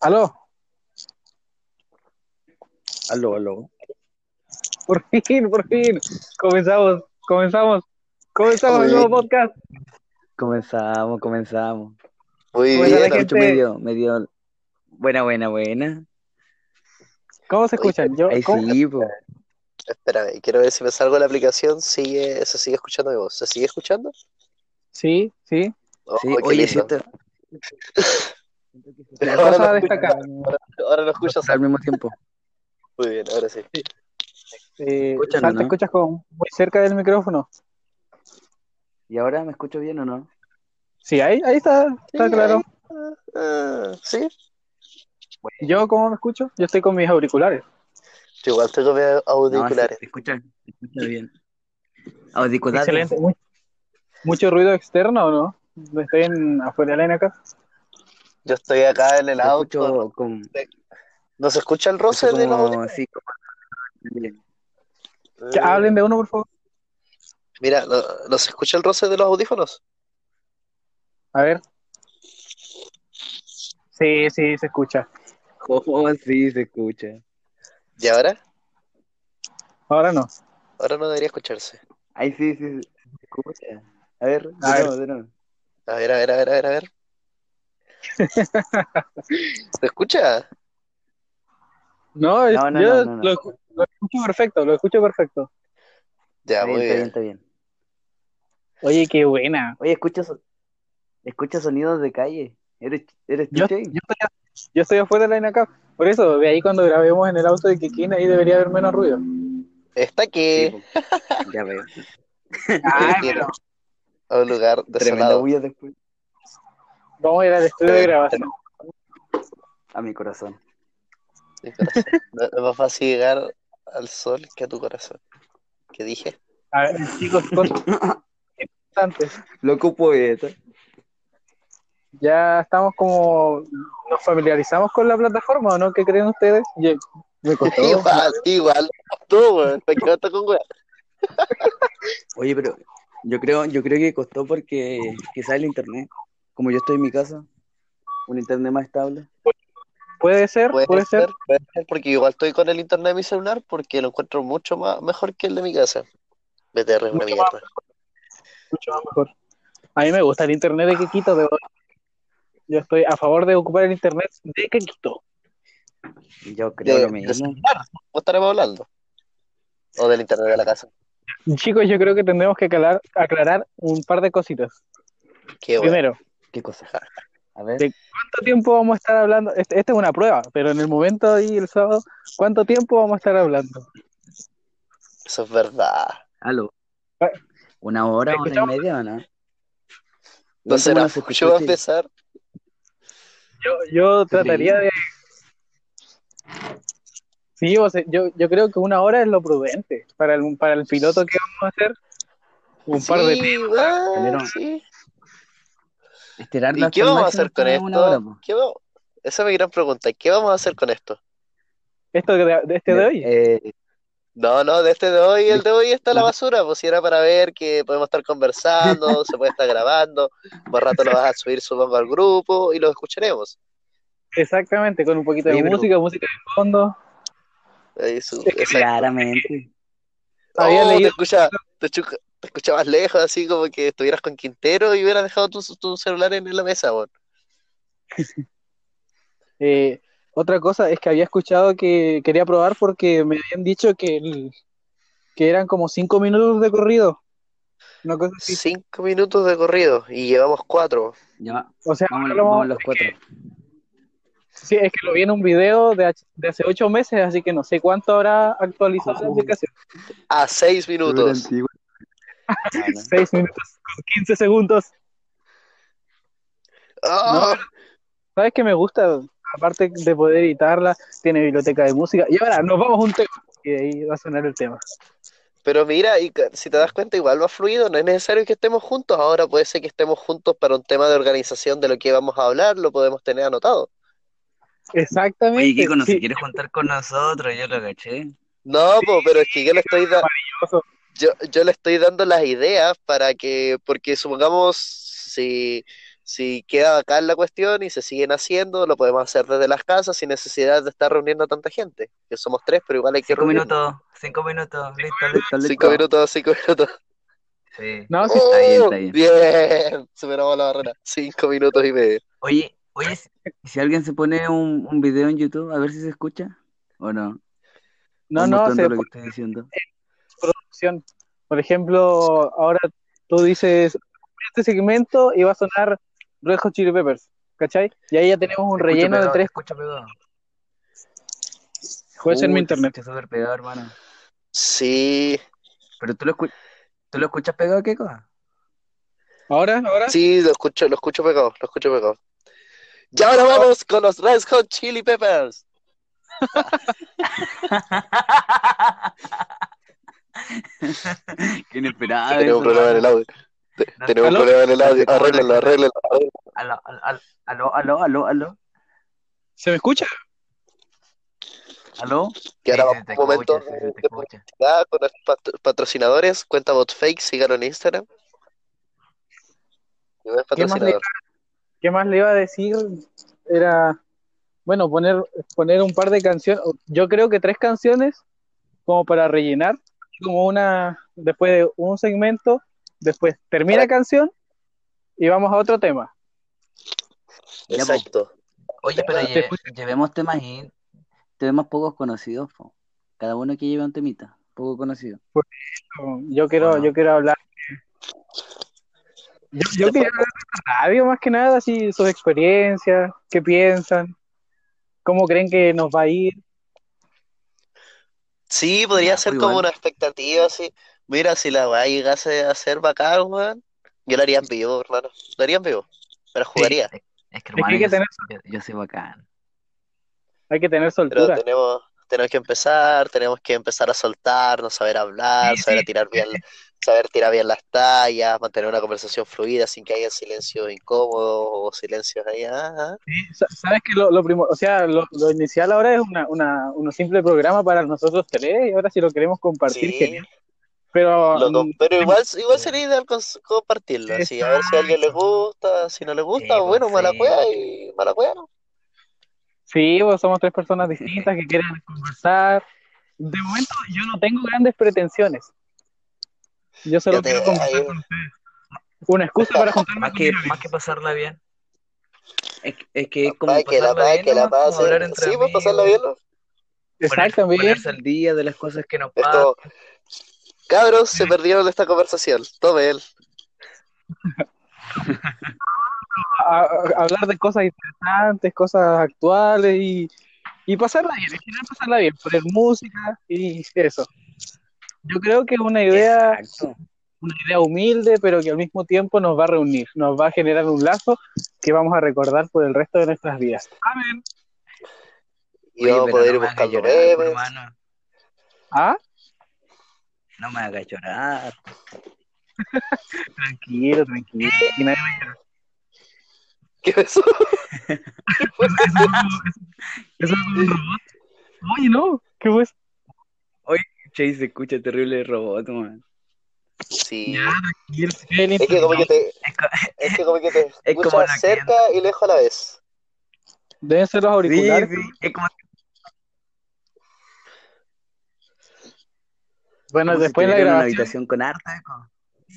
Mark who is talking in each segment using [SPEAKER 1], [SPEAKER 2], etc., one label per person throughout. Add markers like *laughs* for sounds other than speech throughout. [SPEAKER 1] Aló,
[SPEAKER 2] Aló, aló.
[SPEAKER 1] por fin, por fin. Comenzamos, comenzamos. Comenzamos el nuevo podcast.
[SPEAKER 3] Comenzamos, comenzamos.
[SPEAKER 2] Muy
[SPEAKER 1] Buena
[SPEAKER 2] bien,
[SPEAKER 1] la
[SPEAKER 2] Arturo.
[SPEAKER 1] gente.
[SPEAKER 3] Arturo me dio, me dio. Buena, buena, buena.
[SPEAKER 1] ¿Cómo se escuchan? Yo,
[SPEAKER 3] Ahí
[SPEAKER 1] ¿cómo-
[SPEAKER 3] sí, po.
[SPEAKER 2] espera, y quiero ver si me salgo de la aplicación, sigue, se sigue escuchando mi voz. ¿Se sigue escuchando?
[SPEAKER 1] sí, sí.
[SPEAKER 2] Oh,
[SPEAKER 3] Sí,
[SPEAKER 2] qué
[SPEAKER 3] oye,
[SPEAKER 2] lindo.
[SPEAKER 3] siento.
[SPEAKER 1] La
[SPEAKER 2] *laughs* Ahora
[SPEAKER 1] cosa a
[SPEAKER 2] lo
[SPEAKER 1] destacar.
[SPEAKER 2] Ahora lo escuchas.
[SPEAKER 3] al mismo tiempo.
[SPEAKER 2] Muy bien, ahora sí.
[SPEAKER 1] eh,
[SPEAKER 3] Escuchan,
[SPEAKER 1] Sal, te
[SPEAKER 3] ¿no?
[SPEAKER 1] escuchas como muy cerca del micrófono.
[SPEAKER 3] ¿Y ahora me escucho bien o no?
[SPEAKER 1] Sí, ahí, ahí está, está
[SPEAKER 2] Sí,
[SPEAKER 1] claro.
[SPEAKER 2] ahí. Ah, sí,
[SPEAKER 1] ¿Yo cómo me escucho? Yo estoy con mis auriculares.
[SPEAKER 2] yo igual tengo mis
[SPEAKER 3] No, sí,
[SPEAKER 2] auriculares.
[SPEAKER 3] te escuchas, te escuchas bien. Auriculares.
[SPEAKER 1] Excelente. Mu- ¿Mucho ruido externo o no? ¿No ¿Estoy en, afuera de la arena acá?
[SPEAKER 2] Yo estoy acá en el
[SPEAKER 3] Te
[SPEAKER 2] auto.
[SPEAKER 3] escucho con.
[SPEAKER 2] ¿No se escucha el roce
[SPEAKER 3] escucho
[SPEAKER 2] de los
[SPEAKER 3] como, sí, como-
[SPEAKER 2] audífonos?
[SPEAKER 1] Que hablen de uno, por favor.
[SPEAKER 2] Eh, Mira, ¿no, no se escucha el roce de los audífonos?
[SPEAKER 1] A ver. Sí, sí, se escucha.
[SPEAKER 3] Oh, sí, se escucha.
[SPEAKER 2] ¿Y ahora?
[SPEAKER 1] Ahora no.
[SPEAKER 2] Ahora no debería escucharse.
[SPEAKER 3] Ahí sí, sí, se escucha. A ver, de
[SPEAKER 1] A ver.
[SPEAKER 3] nuevo, de nuevo.
[SPEAKER 2] A ver, a ver, a ver, a ver, a
[SPEAKER 3] *laughs*
[SPEAKER 2] ver. ¿Se escucha?
[SPEAKER 1] No, es-
[SPEAKER 3] No, no,
[SPEAKER 1] yo
[SPEAKER 3] no, no, no.
[SPEAKER 1] Lo, escu- lo escucho perfecto, lo escucho perfecto.
[SPEAKER 2] Ya,
[SPEAKER 3] Está bien,
[SPEAKER 2] muy
[SPEAKER 3] está bien,
[SPEAKER 2] bien.
[SPEAKER 3] está bien.
[SPEAKER 1] Oye, qué buena.
[SPEAKER 3] Oye, escucha, so- escucha sonidos de calle. ¿Eres, eres
[SPEAKER 1] Yo, yo,
[SPEAKER 3] chuche?
[SPEAKER 1] estoy, a- yo estoy afuera de la INACAP. Por eso, de ahí cuando grabemos en el auto de Kikín, ahí debería haber menos *laughs* ruido.
[SPEAKER 2] Está
[SPEAKER 3] Sí,
[SPEAKER 2] aquí,
[SPEAKER 3] po. ya
[SPEAKER 2] *laughs*
[SPEAKER 3] veo.
[SPEAKER 1] Ay,
[SPEAKER 2] pero- a un lugar
[SPEAKER 3] Tremenda
[SPEAKER 2] desolado.
[SPEAKER 3] bulla después.
[SPEAKER 1] Vamos a ir al estudio de grabación.
[SPEAKER 3] A mi corazón.
[SPEAKER 2] Mi corazón. No es más fácil llegar al sol que a tu corazón. ¿Qué dije?
[SPEAKER 1] A ver,
[SPEAKER 3] *laughs*
[SPEAKER 1] chicos, cosas importantes.
[SPEAKER 3] Lo ocupo esto.
[SPEAKER 1] Ya estamos como. Nos familiarizamos con la plataforma, ¿o no? ¿Qué creen ustedes? Yo- me costó.
[SPEAKER 2] Igual, igual. Tú, weón, te quedaste con weón.
[SPEAKER 3] *laughs* Oye, pero yo creo, yo creo que costó porque quizás el internet, como yo estoy en mi casa, un internet más estable.
[SPEAKER 1] Puede ser,
[SPEAKER 2] Puede,
[SPEAKER 1] puede ser.
[SPEAKER 2] ser, puede ser, porque igual estoy con el internet de mi celular porque lo encuentro mucho más mejor que el de mi casa. BTR es una
[SPEAKER 1] Mucho
[SPEAKER 2] mierda.
[SPEAKER 1] mucho más mejor. A mí me gusta el internet de Quito de hoy. Yo estoy a favor de ocupar el internet de Quito.
[SPEAKER 3] Yo creo
[SPEAKER 2] De-
[SPEAKER 3] lo
[SPEAKER 2] de
[SPEAKER 3] mismo.
[SPEAKER 2] celular, ¿cómo estaremos hablando? O del internet de la casa.
[SPEAKER 1] Chicos, yo creo que tendremos que aclarar, aclarar un par de cositas.
[SPEAKER 2] Qué bueno.
[SPEAKER 1] Primero,
[SPEAKER 3] ¿Qué cosa? A ver,
[SPEAKER 1] De- ¿cuánto tiempo vamos a estar hablando? Este- Esta es una prueba, pero en el momento y el sábado, ¿cuánto tiempo vamos a estar hablando?
[SPEAKER 2] Eso es verdad.
[SPEAKER 3] aló.
[SPEAKER 1] Eh.
[SPEAKER 3] ¿Una hora,
[SPEAKER 1] ¿Me
[SPEAKER 3] hora y
[SPEAKER 1] escuchamos?
[SPEAKER 3] media o no?
[SPEAKER 2] No será
[SPEAKER 3] Bueno, se escuchó
[SPEAKER 2] mucho va a
[SPEAKER 3] así.
[SPEAKER 2] empezar.
[SPEAKER 1] Yo, yo trataría de... Sí, o sea, yo, yo creo que una hora es lo prudente para el, para el piloto que vamos a hacer. Un par de...
[SPEAKER 2] Sí, weón,
[SPEAKER 3] Primero.
[SPEAKER 2] sí.
[SPEAKER 3] Estirarlo
[SPEAKER 2] ¿Y
[SPEAKER 3] hasta
[SPEAKER 2] qué
[SPEAKER 3] el
[SPEAKER 2] vamos a
[SPEAKER 3] máximo
[SPEAKER 2] hacer con
[SPEAKER 3] hasta una hora,
[SPEAKER 2] esto?
[SPEAKER 3] po.
[SPEAKER 2] ¿Qué va- Esa es mi gran pregunta. ¿Qué vamos a hacer con esto?
[SPEAKER 1] Esto de, de este de hoy.
[SPEAKER 3] Eh,
[SPEAKER 2] No, no, de este de hoy, el de hoy está la basura, pues si era para ver que podemos estar conversando, se puede estar grabando, más rato lo vas a subir, supongo, al grupo y lo escucharemos.
[SPEAKER 1] Exactamente, con un poquito de
[SPEAKER 3] Oye, pero-
[SPEAKER 1] música, música de fondo.
[SPEAKER 2] Ahí su- esa-
[SPEAKER 3] claramente.
[SPEAKER 1] Había
[SPEAKER 2] Oh, te
[SPEAKER 1] leído-
[SPEAKER 2] escucha, te escucha- te escuchabas lejos, así como que estuvieras con Quintero y hubieras dejado tu, tu celular en la mesa, weón.
[SPEAKER 1] Eh, otra cosa es que había escuchado que quería probar porque me habían dicho que, el- que eran como cinco minutos de corrido. Una cosa así.
[SPEAKER 2] Cinco minutos de corrido y llevamos cuatro.
[SPEAKER 3] Ya va-
[SPEAKER 1] O sea,
[SPEAKER 3] vamos,
[SPEAKER 1] ahora lo
[SPEAKER 3] vamos
[SPEAKER 1] vamos-
[SPEAKER 3] los cuatro.
[SPEAKER 1] sí, es que lo vi en un video de, hace- de hace ocho meses, así que no sé cuánto habrá actualizado la
[SPEAKER 3] Ujú.
[SPEAKER 1] aplicación.
[SPEAKER 2] A seis minutos.
[SPEAKER 3] Ah, no.
[SPEAKER 1] Seis minutos con 15 segundos.
[SPEAKER 2] Ah,
[SPEAKER 1] ¿Sabes qué me gusta? Aparte de poder editarla, tiene biblioteca de música. Y ahora nos vamos a un tema. Y de ahí va a sonar el tema.
[SPEAKER 2] Pero mira, y ca- si te das cuenta, igual va fluido, no es necesario que estemos juntos. Ahora puede ser que estemos juntos para un tema de organización de lo que vamos a hablar, lo podemos tener anotado.
[SPEAKER 1] Exactamente.
[SPEAKER 3] Oye, Kiko, ¿no
[SPEAKER 1] sí.
[SPEAKER 3] se quiere juntar con nosotros? Yo lo caché.
[SPEAKER 2] No, po, pero es que yo le estoy da-
[SPEAKER 1] maravilloso.
[SPEAKER 2] yo, yo le estoy dando las ideas para que, porque supongamos si, Si queda acá la cuestión y se siguen haciendo, lo podemos hacer desde las casas sin necesidad de estar reuniendo a tanta gente. Que somos tres, pero igual hay que
[SPEAKER 4] Cinco
[SPEAKER 2] reunirnos.
[SPEAKER 4] minutos, cinco minutos, listo, listo.
[SPEAKER 3] Tal vez
[SPEAKER 2] Cinco
[SPEAKER 3] no.
[SPEAKER 2] minutos, cinco minutos.
[SPEAKER 4] Sí.
[SPEAKER 1] No, sí,
[SPEAKER 2] ¡Oh!
[SPEAKER 3] bien, está bien.
[SPEAKER 2] Bien, superamos la barrera. Cinco minutos y medio.
[SPEAKER 4] Oye, oye, si-
[SPEAKER 3] Si alguien se pone un, un video en YouTube, a ver si se escucha o no.
[SPEAKER 1] no,
[SPEAKER 3] Están
[SPEAKER 1] no,
[SPEAKER 3] mostrando
[SPEAKER 1] se
[SPEAKER 3] lo que estoy diciendo.
[SPEAKER 1] producción. Por ejemplo, ahora tú dices este segmento y va a sonar Red Hot Chili Peppers, ¿cachai? Y ahí ya tenemos un
[SPEAKER 4] te escucho
[SPEAKER 1] relleno de
[SPEAKER 4] pegado, te
[SPEAKER 1] tres.
[SPEAKER 4] Escucho pegado.
[SPEAKER 1] Puede ser mi
[SPEAKER 4] Uh, te
[SPEAKER 1] internet.
[SPEAKER 4] escucho súper pegado, hermano.
[SPEAKER 2] Sí,
[SPEAKER 4] Pero tú lo, escu- ¿tú lo escuchas pegado, qué cosa?
[SPEAKER 1] Ahora, ahora.
[SPEAKER 4] Ah.
[SPEAKER 2] sí, lo escucho, lo escucho pegado, lo escucho pegado. Y ahora
[SPEAKER 4] Ah.
[SPEAKER 2] vamos con los Red Hot Chili Peppers.
[SPEAKER 3] Qué inesperado.
[SPEAKER 2] Tenemos
[SPEAKER 3] eso,
[SPEAKER 2] un problema en el
[SPEAKER 3] hermano.
[SPEAKER 2] audio.
[SPEAKER 4] No,
[SPEAKER 2] Tenemos un
[SPEAKER 1] ¿Aló?
[SPEAKER 2] problema en el audio. Arréglenlo, arréglenlo. arréglenlo.
[SPEAKER 4] aló, aló, aló, aló, aló, aló, aló,
[SPEAKER 1] ¿Se me escucha?
[SPEAKER 4] aló.
[SPEAKER 2] Y ahora
[SPEAKER 4] Sí,
[SPEAKER 2] vamos
[SPEAKER 4] se
[SPEAKER 2] a
[SPEAKER 4] te
[SPEAKER 2] un momento
[SPEAKER 4] escucha, sí, se te
[SPEAKER 2] de
[SPEAKER 4] escucha.
[SPEAKER 2] publicidad con nuestros pat- patrocinadores. Cuenta Botfake, síganos en Instagram. Primer
[SPEAKER 1] ¿Qué más
[SPEAKER 2] patrocinador.
[SPEAKER 1] ¿Qué más le iba a decir? Era, bueno, poner, poner un par de canciones, yo creo que tres canciones, como para rellenar, como una, después de un segmento, después termina canción y vamos a otro tema.
[SPEAKER 3] Ya, po.
[SPEAKER 2] Exacto.
[SPEAKER 4] Oye, pero
[SPEAKER 2] Te
[SPEAKER 4] lle-
[SPEAKER 1] escucho.
[SPEAKER 4] llevemos temas in-
[SPEAKER 3] Temas pocos conocidos, po. Cada uno que lleva un temita, poco conocido.
[SPEAKER 1] Yo quiero,
[SPEAKER 4] Bueno.
[SPEAKER 1] yo quiero hablar. Yo, yo
[SPEAKER 2] Ya,
[SPEAKER 1] quería hablar de la radio más que nada, así sus experiencias, qué piensan, cómo creen que nos va a ir.
[SPEAKER 2] Sí, podría
[SPEAKER 3] Ya,
[SPEAKER 2] ser
[SPEAKER 3] pues,
[SPEAKER 2] como
[SPEAKER 3] igual.
[SPEAKER 2] una expectativa así. Mira, si la va llegase a ser bacán, weón, yo la haría en vivo, hermano. La haría en vivo. Me la jugaría.
[SPEAKER 4] Es que,
[SPEAKER 1] Es que
[SPEAKER 4] hermano,
[SPEAKER 1] hay que
[SPEAKER 4] yo,
[SPEAKER 1] tener,
[SPEAKER 4] yo- yo soy bacán.
[SPEAKER 1] hay que tener
[SPEAKER 2] Pero
[SPEAKER 1] soltura.
[SPEAKER 2] tenemos, tenemos que empezar, tenemos que empezar a soltarnos, saber hablar,
[SPEAKER 1] Sí,
[SPEAKER 2] saber
[SPEAKER 1] sí.
[SPEAKER 2] tirar bien, saber tirar bien las tallas, mantener una conversación fluida sin que haya silencio incómodo o silencios ahí. ah, ah.
[SPEAKER 1] Sa- Sabes que lo, lo primo- o sea, lo, lo inicial ahora es una, una, un simple programa para nosotros tres y ahora si lo queremos compartir,
[SPEAKER 2] Sí.
[SPEAKER 1] genial. Pero
[SPEAKER 2] Lo com-
[SPEAKER 1] mm,
[SPEAKER 2] pero igual, igual sería ideal cons- compartirlo, así, a ver si a alguien le gusta, si no le gusta,
[SPEAKER 4] Sí, pues,
[SPEAKER 2] bueno, mala
[SPEAKER 4] sí.
[SPEAKER 2] cueva y mala cueva, ¿no?
[SPEAKER 1] sí, pues, somos tres personas distintas que quieren conversar. De momento yo no tengo grandes pretensiones. Yo solo
[SPEAKER 2] Yo te-
[SPEAKER 1] quiero conversar
[SPEAKER 2] ahí-
[SPEAKER 1] con ustedes. Una excusa para juntarme
[SPEAKER 4] Más
[SPEAKER 1] con
[SPEAKER 4] que,
[SPEAKER 1] mis amigos.
[SPEAKER 4] más que pasarla bien. Es, que- es que es como
[SPEAKER 2] Pa' que la
[SPEAKER 4] pasarla
[SPEAKER 2] pa-
[SPEAKER 4] bien,
[SPEAKER 2] que la
[SPEAKER 4] nomás, como
[SPEAKER 2] pase.
[SPEAKER 4] hablar entre
[SPEAKER 2] Sí, pues pasarla
[SPEAKER 4] amigos,
[SPEAKER 2] bien, ¿no?
[SPEAKER 4] poner-
[SPEAKER 1] Exactamente.
[SPEAKER 4] Ponerse al día de las cosas que nos
[SPEAKER 2] Es
[SPEAKER 4] pasan.
[SPEAKER 2] como, cabros, se perdieron esta conversación, tome él.
[SPEAKER 1] a- a- hablar de cosas interesantes, cosas actuales y, y pasarla bien, en general pasarla bien, poner música y eso. Yo creo que es una idea,
[SPEAKER 4] Exacto.
[SPEAKER 1] una idea humilde, pero que al mismo tiempo nos va a reunir, nos va a generar un lazo que vamos a recordar por el resto de nuestras vidas. Amén.
[SPEAKER 2] Y
[SPEAKER 4] Oye,
[SPEAKER 2] vamos a
[SPEAKER 4] pero
[SPEAKER 2] poder
[SPEAKER 4] no
[SPEAKER 2] ir
[SPEAKER 4] me hagas
[SPEAKER 2] buscando
[SPEAKER 4] llorar,
[SPEAKER 2] memes.
[SPEAKER 4] hermano.
[SPEAKER 1] Ah,
[SPEAKER 4] No me hagas llorar.
[SPEAKER 1] *laughs* tranquilo, tranquilo. Y nadie me-
[SPEAKER 2] *laughs* ¿Qué pasó? ¿Qué fue eso?
[SPEAKER 1] Eso es un robot. Oye, no, ¿qué fue? eso?
[SPEAKER 3] Che, se escucha terrible robot, man.
[SPEAKER 2] Sí.
[SPEAKER 1] Tranquilo, el
[SPEAKER 2] Es que como que
[SPEAKER 1] internet.
[SPEAKER 2] te,
[SPEAKER 4] co-
[SPEAKER 2] *laughs* es que como que te
[SPEAKER 4] es como
[SPEAKER 2] escuchas
[SPEAKER 4] la
[SPEAKER 2] cerca y lejos a la vez.
[SPEAKER 1] Deben ser los
[SPEAKER 3] Sí,
[SPEAKER 1] auriculares.
[SPEAKER 3] sí, es como
[SPEAKER 1] Bueno,
[SPEAKER 3] como si
[SPEAKER 1] después la
[SPEAKER 3] estuviera en una
[SPEAKER 1] grabación.
[SPEAKER 3] habitación con arte.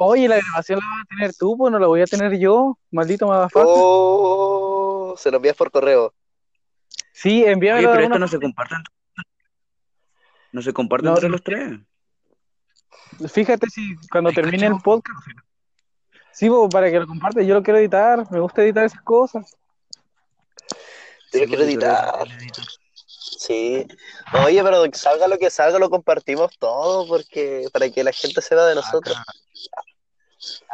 [SPEAKER 1] Oye, la grabación la vas a tener tú, pues no la voy a tener yo, maldito madafaco.
[SPEAKER 2] Oh, se lo envías por correo.
[SPEAKER 1] Sí, envíame
[SPEAKER 3] Oye,
[SPEAKER 1] la
[SPEAKER 3] pero
[SPEAKER 1] alguna-
[SPEAKER 3] esto no se comparte entre... No se comparte
[SPEAKER 1] No,
[SPEAKER 3] entre
[SPEAKER 1] no.
[SPEAKER 3] los tres.
[SPEAKER 1] Fíjate si cuando
[SPEAKER 4] Ay,
[SPEAKER 1] termine
[SPEAKER 4] cacho.
[SPEAKER 1] el podcast. Sí, vos, para que lo compartas, yo lo quiero editar, me gusta editar esas cosas.
[SPEAKER 2] Yo
[SPEAKER 3] Sí, pues.
[SPEAKER 2] lo quiero
[SPEAKER 3] porque tú eres
[SPEAKER 2] editar.
[SPEAKER 3] el editor.
[SPEAKER 2] Sí. Oye, pero salga lo que salga, lo compartimos todo porque para que la gente sepa de nosotros.
[SPEAKER 4] Acá-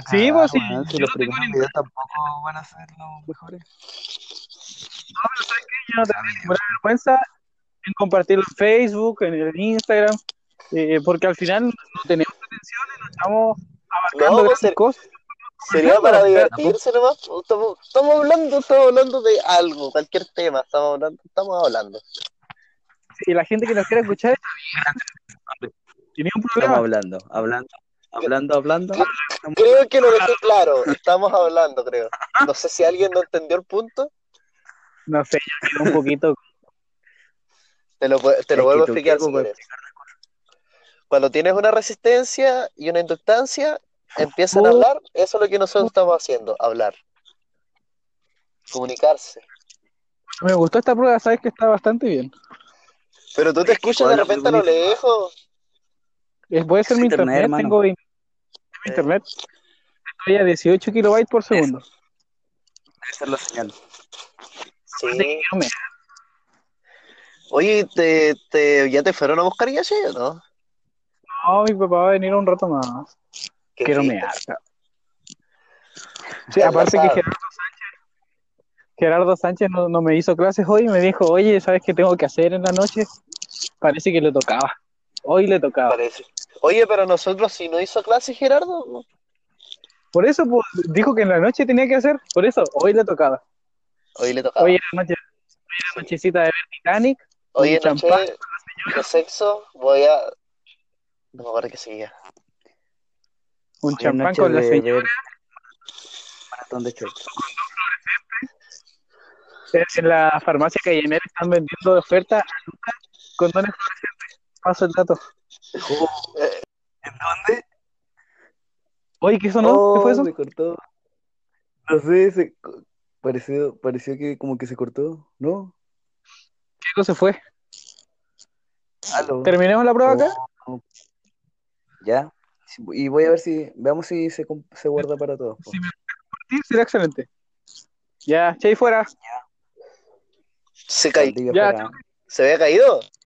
[SPEAKER 4] acá,
[SPEAKER 1] Sí, vos, sí,
[SPEAKER 4] weón, si
[SPEAKER 1] yo
[SPEAKER 4] los
[SPEAKER 1] no tengo
[SPEAKER 4] primeros
[SPEAKER 1] ni-
[SPEAKER 4] videos tampoco van a ser los mejores.
[SPEAKER 1] Yo no tengo ninguna vergüenza en compartirlo en Facebook, en el Instagram, eh, porque al final no tenemos pretensiones, no estamos
[SPEAKER 2] No,
[SPEAKER 1] abarcando
[SPEAKER 2] pues,
[SPEAKER 1] grandes
[SPEAKER 2] ser-
[SPEAKER 1] cosas.
[SPEAKER 2] Sería para
[SPEAKER 1] Claro,
[SPEAKER 2] divertirse nomás. pues, Estamos, estamos hablando, estamos hablando de algo, cualquier tema, estamos hablando, estamos hablando.
[SPEAKER 1] Y la gente que nos quiera escuchar, tiene un
[SPEAKER 3] Estamos
[SPEAKER 1] problema.
[SPEAKER 3] hablando, hablando, Hablando, hablando.
[SPEAKER 2] Creo que lo dejé claro. Estamos hablando, creo. No sé si alguien no entendió el punto.
[SPEAKER 1] No sé, yo quedo un
[SPEAKER 2] *laughs*
[SPEAKER 1] poquito.
[SPEAKER 2] Te lo, pu- te
[SPEAKER 3] Es que
[SPEAKER 2] lo vuelvo a
[SPEAKER 3] tú pues,
[SPEAKER 2] explicar.
[SPEAKER 3] quieres
[SPEAKER 2] si quieres. Cuando tienes una resistencia y una inductancia, empiezan a hablar. Eso es lo que nosotros estamos haciendo, hablar. Comunicarse.
[SPEAKER 1] Me gustó esta prueba, sabes que está bastante bien.
[SPEAKER 2] Pero tú te escuchas de
[SPEAKER 3] Hola,
[SPEAKER 2] repente a lo
[SPEAKER 3] bonito.
[SPEAKER 2] lejos.
[SPEAKER 1] Eh, Puede ser
[SPEAKER 3] Es
[SPEAKER 1] mi internet,
[SPEAKER 3] internet, hermano. Eh.
[SPEAKER 1] tengo 20 mi internet. Estoy a 18 kilobytes por segundo.
[SPEAKER 3] Esa es la señal.
[SPEAKER 2] Sí. Oye, ¿te, te, ¿ya te fueron a buscar ya, sí o no?
[SPEAKER 1] No, mi papá va a venir un rato más.
[SPEAKER 2] Qué
[SPEAKER 1] Quiero
[SPEAKER 2] triste.
[SPEAKER 1] mear. Sí,
[SPEAKER 2] Ya
[SPEAKER 1] aparte que
[SPEAKER 2] sabe.
[SPEAKER 1] Gerardo Sánchez, Gerardo Sánchez no, no me hizo clases hoy y me dijo, oye, ¿sabes qué tengo que hacer en la noche? Parece que le tocaba. Hoy le tocaba.
[SPEAKER 2] Parece. Oye, pero nosotros si no hizo clase Gerardo, ¿no?
[SPEAKER 1] Por eso pues, dijo que en la noche tenía que hacer. Por eso, hoy le tocaba.
[SPEAKER 2] hoy le tocaba.
[SPEAKER 1] Hoy
[SPEAKER 2] Hoy,
[SPEAKER 1] era noche, hoy era nochecita de ver Titanic.
[SPEAKER 2] es
[SPEAKER 1] un
[SPEAKER 2] noche
[SPEAKER 1] champán.
[SPEAKER 2] de sexo, voy a... No me acuerdo qué seguía.
[SPEAKER 1] Un
[SPEAKER 3] Hoy es
[SPEAKER 1] champán
[SPEAKER 3] noche
[SPEAKER 1] con la
[SPEAKER 3] de
[SPEAKER 1] señora.
[SPEAKER 3] ver Maratón de choque.
[SPEAKER 1] Eh, En la farmacia Cayenne están vendiendo de oferta a Lucas condones fluorescentes. Paso el dato.
[SPEAKER 4] eh, ¿En dónde?
[SPEAKER 1] Oye, ¿qué sonó? ¿Qué fue eso?
[SPEAKER 3] Se Oh, cortó. No sé, se... pareció, pareció que como que se cortó, ¿no?
[SPEAKER 1] Chico, se fue.
[SPEAKER 3] Aló.
[SPEAKER 1] ¿Terminemos la prueba acá?
[SPEAKER 3] Ya. Sí, Y voy a ver si, veamos si se, com- se guarda para todos. po.
[SPEAKER 1] Sí, será excelente. Ya, Che fuera.
[SPEAKER 2] Se cayó.
[SPEAKER 3] Maldivia
[SPEAKER 1] Ya,
[SPEAKER 3] fuera.
[SPEAKER 2] ¿Se había caído?